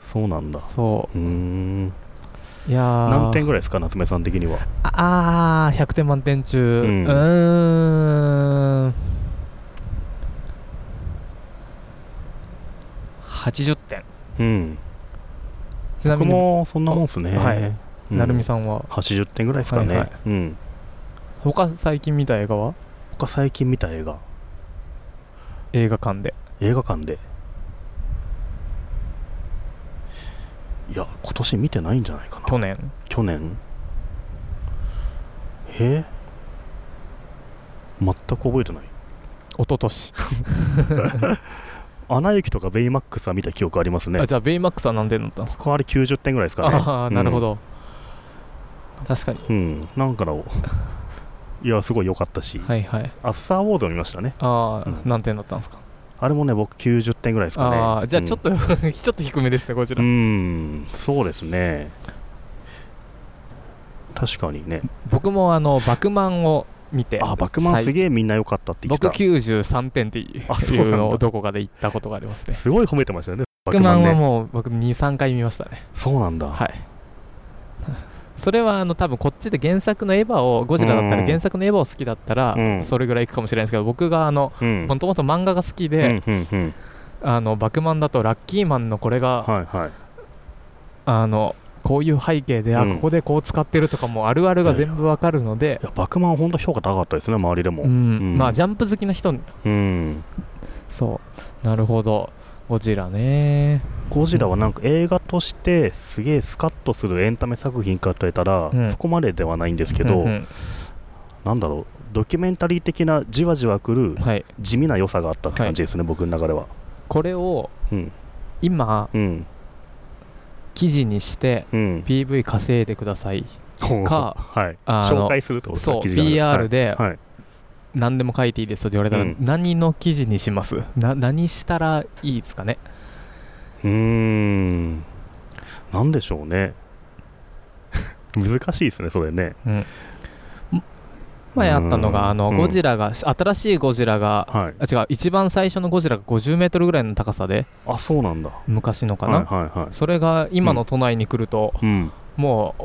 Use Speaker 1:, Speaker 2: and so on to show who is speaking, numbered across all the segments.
Speaker 1: そうなんだ
Speaker 2: そう
Speaker 1: ーん
Speaker 2: ういやー
Speaker 1: 何点ぐらいですか夏目さん的には
Speaker 2: ああ100点満点中う
Speaker 1: うん
Speaker 2: ーん80点
Speaker 1: うん
Speaker 2: ちなみ
Speaker 1: 僕
Speaker 2: に、
Speaker 1: もそんなもんっすね
Speaker 2: はいなるみ
Speaker 1: ん
Speaker 2: さんは
Speaker 1: 80点ぐらいですかね、
Speaker 2: はいはい
Speaker 1: うん
Speaker 2: 他最近見た映画は
Speaker 1: 他最近見た映画
Speaker 2: 映画館で
Speaker 1: 映画館でいや今年見てないんじゃないかな
Speaker 2: 去年
Speaker 1: 去年え全く覚えてない
Speaker 2: 一昨年
Speaker 1: アナ雪とかベイマックスは見た記憶ありますね
Speaker 2: あじゃあベイマックスは何点だったんです
Speaker 1: 僕はあれ90点ぐらいです
Speaker 2: か、
Speaker 1: からね
Speaker 2: ああなるほど、確かに
Speaker 1: うんなんかのいやすごい良かったし、
Speaker 2: はいはい
Speaker 1: アッサーウォーズを見ましたね
Speaker 2: ああ、
Speaker 1: うん
Speaker 2: 何点だったんですか
Speaker 1: あれもね僕90点ぐらいですかね
Speaker 2: ああじゃあちょっ
Speaker 1: と
Speaker 2: と、 ちょっと低めですねこち
Speaker 1: う
Speaker 2: ら、
Speaker 1: ん、うんそうですね確かにね
Speaker 2: 僕もあの「バクマン」を見て
Speaker 1: あバックマンす
Speaker 2: 最
Speaker 1: げえみんな良かったって言って
Speaker 2: 僕
Speaker 1: た
Speaker 2: 93点ってい
Speaker 1: あそう
Speaker 2: う
Speaker 1: なんだ
Speaker 2: のをどこかで言ったことがありますね
Speaker 1: すごい褒めてましたよね
Speaker 2: バクマン
Speaker 1: ね
Speaker 2: はもう僕23回見ましたね
Speaker 1: そうなんだ、
Speaker 2: はいそれはあの多分こっちで原作のエヴァをゴジラだった
Speaker 1: うんう
Speaker 2: ら
Speaker 1: ん
Speaker 2: 原作のエヴァを好きだったら
Speaker 1: うん
Speaker 2: それぐらいいくかもしれないですけど僕があの
Speaker 1: うん
Speaker 2: もともと漫画が好き
Speaker 1: う
Speaker 2: で
Speaker 1: んうんうん
Speaker 2: あのバクマンだとラッキーマンのこれが
Speaker 1: はいはい
Speaker 2: あのこういう背景であ
Speaker 1: うん
Speaker 2: ここでこう使ってるとかもあるあるが全部わかるので
Speaker 1: いやバックマン本当評価高かったですね周りでも
Speaker 2: う
Speaker 1: うんん
Speaker 2: まあジャンプ好きな人に
Speaker 1: うん
Speaker 2: そうなるほどゴジラね
Speaker 1: ゴジラはなんか映画としてすげえスカッとするエンタメ作品かと言ったら、
Speaker 2: うん
Speaker 1: そこまでではないんですけど、
Speaker 2: うんうん
Speaker 1: なんだろうドキュメンタリー的なじわじわくる
Speaker 2: はい
Speaker 1: 地味な良さがあったって感じですね、僕の中では
Speaker 2: これを
Speaker 1: うん
Speaker 2: 今
Speaker 1: うん
Speaker 2: 記事にして
Speaker 1: うん
Speaker 2: PV 稼いでください か
Speaker 1: はい
Speaker 2: あの
Speaker 1: 紹介するってことですね
Speaker 2: そう
Speaker 1: 記事がね
Speaker 2: PR で
Speaker 1: はいはい
Speaker 2: 何でも書いていいですよって言われたら、
Speaker 1: うん
Speaker 2: 何の記事にしますな何したらいいですかね
Speaker 1: うーんなんでしょうね 難しいですねそれね
Speaker 2: 前あったの
Speaker 1: う
Speaker 2: が
Speaker 1: ん
Speaker 2: あの
Speaker 1: うん
Speaker 2: ゴジラが新しいゴジラが
Speaker 1: はい
Speaker 2: あ違う一番最初のゴジラが5 0メートルぐらいの高さで
Speaker 1: あそうなんだ
Speaker 2: 昔のか
Speaker 1: は
Speaker 2: な、
Speaker 1: いはいはい
Speaker 2: それが今の都内に来ると、
Speaker 1: うん
Speaker 2: もう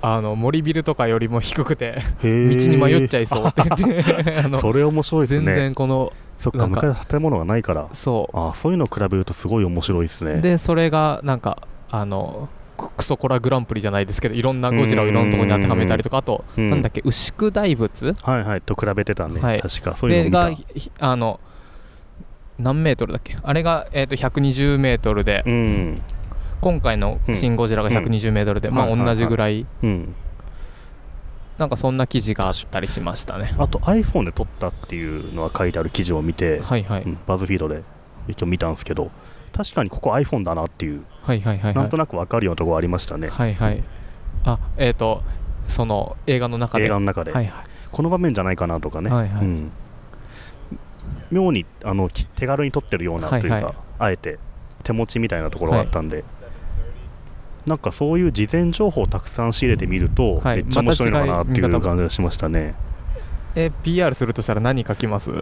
Speaker 2: あの森ビルとかよりも低くて
Speaker 1: へ
Speaker 2: 道
Speaker 1: え
Speaker 2: に迷っちゃいそうって言って あの
Speaker 1: それ面白いですね
Speaker 2: 全然この
Speaker 1: そっ
Speaker 2: な
Speaker 1: か
Speaker 2: んか
Speaker 1: 昔の建物がないから
Speaker 2: そ
Speaker 1: あそういうのを比べるとすごい面白いです
Speaker 2: う
Speaker 1: ね。
Speaker 2: でそれがなんかあのククソコラグランプリじゃないですけどいろんなゴジラをいろんなところに当てはめたりとかあと、
Speaker 1: うん
Speaker 2: なんだっけ牛久大仏
Speaker 1: はいはいと比べてたね、
Speaker 2: はい
Speaker 1: 確かそういうのを
Speaker 2: で
Speaker 1: 見た
Speaker 2: がひあの何メートルだっけあれが、えー、と120メートルで、
Speaker 1: うん
Speaker 2: 今回の「シン・ゴジラ」が120メートルで、
Speaker 1: うん
Speaker 2: ま
Speaker 1: はいはい
Speaker 2: あ
Speaker 1: はい
Speaker 2: 同じぐらい
Speaker 1: うん、
Speaker 2: なんかそんな記事があったりしましたね
Speaker 1: あと iPhone で撮ったっていうのは書いてある記事を見て、
Speaker 2: はいはい、
Speaker 1: うんバズフィードで一応見たんですけど確かにここ iPhone だなっていう、
Speaker 2: はいはいはいはい
Speaker 1: なんとなく分かるようなところありましたね、
Speaker 2: はいはいあえっ、とその映画の中で
Speaker 1: 映画の中で、
Speaker 2: はいはい
Speaker 1: この場面じゃないかなとかね、
Speaker 2: はいはい
Speaker 1: うん妙にあのき手軽に撮ってるようなというか、
Speaker 2: はいはい
Speaker 1: あえて手持ちみたいなところがあったんで、なんかそういう事前情報をたくさん仕入れてみると、
Speaker 2: は
Speaker 1: め
Speaker 2: い
Speaker 1: っちゃ面白いのかなってい
Speaker 2: また違う見
Speaker 1: う
Speaker 2: 方
Speaker 1: 感じがしましたね。
Speaker 2: え PR するとしたら何書きます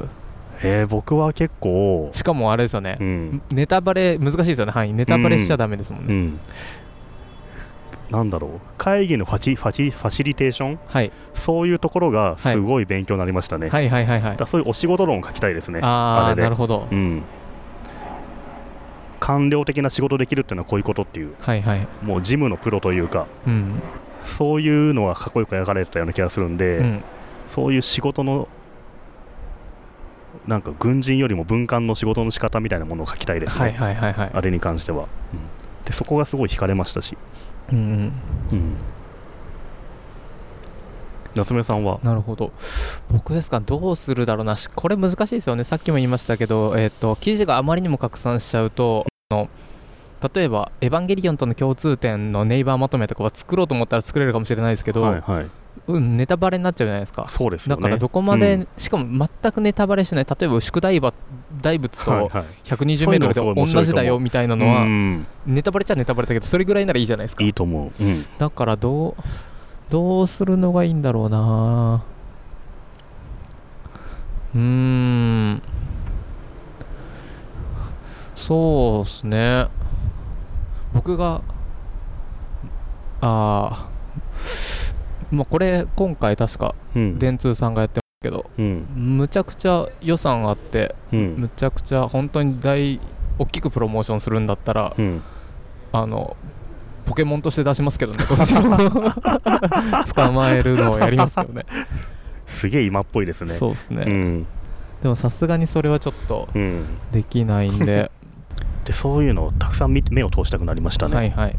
Speaker 1: えー僕は結構、
Speaker 2: しかもあれですよね
Speaker 1: う、ん
Speaker 2: ネタバレ難しいですよね範囲ネタバレしちゃダメですもん
Speaker 1: う
Speaker 2: ね、
Speaker 1: ん、なんだろう会議のファシファシファシリテーション
Speaker 2: はい、
Speaker 1: そういうところがすごい勉強になりましたね。
Speaker 2: はいはいはいはい
Speaker 1: だからそういうお仕事論を書きたいですね。
Speaker 2: あ
Speaker 1: あ
Speaker 2: あ
Speaker 1: れで
Speaker 2: なるほど、
Speaker 1: うん、官僚的な仕事できるっていうのはこういうことっていう
Speaker 2: はいはい
Speaker 1: もうジムのプロというか
Speaker 2: うん、
Speaker 1: そういうのはかっこよく描かれてたような気がするんで、
Speaker 2: うん、
Speaker 1: そういう仕事のなんか軍人よりも文官の仕事の仕方みたいなものを書きたいですね、
Speaker 2: はいはいはいはい
Speaker 1: あれに関しては、うんでそこがすごい惹かれましたし、
Speaker 2: うんうん
Speaker 1: うん、夏目さんは
Speaker 2: なるほど僕ですかどうするだろうなしこれ難しいですよねさっきも言いましたけど、えっと記事があまりにも拡散しちゃうとあの例えば「エヴァンゲリオン」との共通点のネイバーまとめとかは作ろうと思ったら作れるかもしれないですけど、
Speaker 1: はいはい、
Speaker 2: うん、ネタバレになっちゃうじゃないですか
Speaker 1: そうですよ
Speaker 2: だ
Speaker 1: ね
Speaker 2: からどこまで、
Speaker 1: うん
Speaker 2: しかも全くネタバレしない例えば牛久大仏大仏
Speaker 1: はい
Speaker 2: と
Speaker 1: はい
Speaker 2: 120メートル
Speaker 1: そういうのすごい
Speaker 2: で
Speaker 1: 面白いと思
Speaker 2: 同
Speaker 1: う
Speaker 2: じだよみたいなのは
Speaker 1: うん
Speaker 2: ネタバレっちゃネタバレだけどそれぐらいならいいじゃないですか
Speaker 1: いいと思う、うん
Speaker 2: だからどうどうするのがいいんだろうなうーんそうですね僕がああまあこれ今回確か
Speaker 1: うん
Speaker 2: 電通さんがやってますけど
Speaker 1: うん
Speaker 2: むちゃくちゃ予算あって
Speaker 1: うん
Speaker 2: むちゃくちゃ本当に大大きくプロモーションするんだったら
Speaker 1: うん
Speaker 2: あのポケモンとして出しますけどね、こっち も捕まえるのをやりますけどね。
Speaker 1: すげえ今っぽい ですね
Speaker 2: そうですね、
Speaker 1: うん
Speaker 2: でもさすがにそれはちょっと
Speaker 1: うん
Speaker 2: できない んで、
Speaker 1: でそういうのをたくさん見て目を通したくなりましたね、
Speaker 2: はいはい。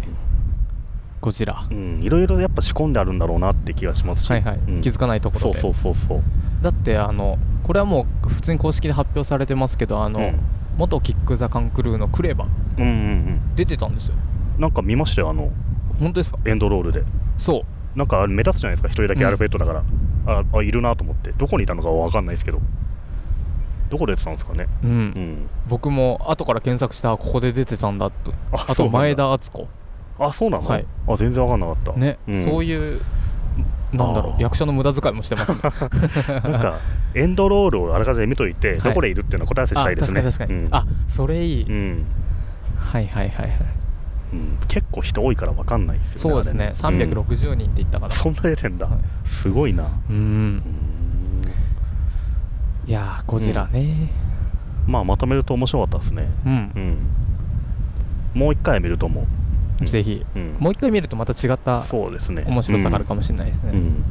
Speaker 2: ゴジラ。は
Speaker 1: うん、いろいろやっぱ仕込んであるんだろうなって気がしますし、
Speaker 2: いはい。
Speaker 1: うん
Speaker 2: 気づかないとこ
Speaker 1: そ
Speaker 2: ろ
Speaker 1: う
Speaker 2: で。
Speaker 1: そうそうそう
Speaker 2: だってあの、これはもう普通に公式で発表されてますけど、あの、
Speaker 1: うん
Speaker 2: 元キック・ザ・カンクルーのクレバ
Speaker 1: うんうん
Speaker 2: 出てたんですよ。
Speaker 1: うんなんか見ましたよあの
Speaker 2: 本当ですか
Speaker 1: エンドロールで
Speaker 2: そう。
Speaker 1: なんかあれ目立つじゃないですか一人だけアルファベットだから、ああいるなと思ってどこにいたのかは分かんないですけどどこで出てたんですかね
Speaker 2: うん。
Speaker 1: うん
Speaker 2: 僕も後から検索したらここで出てたんだと。
Speaker 1: あ
Speaker 2: あ
Speaker 1: そう
Speaker 2: と
Speaker 1: なんだ
Speaker 2: 前田敦子。
Speaker 1: あそうなの、
Speaker 2: はい
Speaker 1: あ全然分かんなかった
Speaker 2: ね、
Speaker 1: うん
Speaker 2: そういうなんだろ
Speaker 1: あー
Speaker 2: う役者の無駄遣いもしてますね
Speaker 1: なんかエンドロールをあらかじめ見といて、
Speaker 2: い
Speaker 1: どこでいるっていうのを答え合わせしたいですね
Speaker 2: あ確かに確かに、
Speaker 1: うん
Speaker 2: あそれいい、
Speaker 1: うん
Speaker 2: はいはいはいはい
Speaker 1: うん結構人多いから分かんないです
Speaker 2: そ
Speaker 1: よね
Speaker 2: うですね
Speaker 1: あれうん
Speaker 2: 360人って言ったから
Speaker 1: そんな出てんだ、
Speaker 2: はい
Speaker 1: すごいな
Speaker 2: うん
Speaker 1: うん
Speaker 2: いやーゴジラね
Speaker 1: まあまとめると面白かったですね
Speaker 2: うん、
Speaker 1: うんもう一回見ると思ううん
Speaker 2: ぜひ
Speaker 1: うん
Speaker 2: もう一回見るとまた違った
Speaker 1: そうですね
Speaker 2: 面白さがあるか
Speaker 1: も
Speaker 2: もしれないですね、
Speaker 1: うん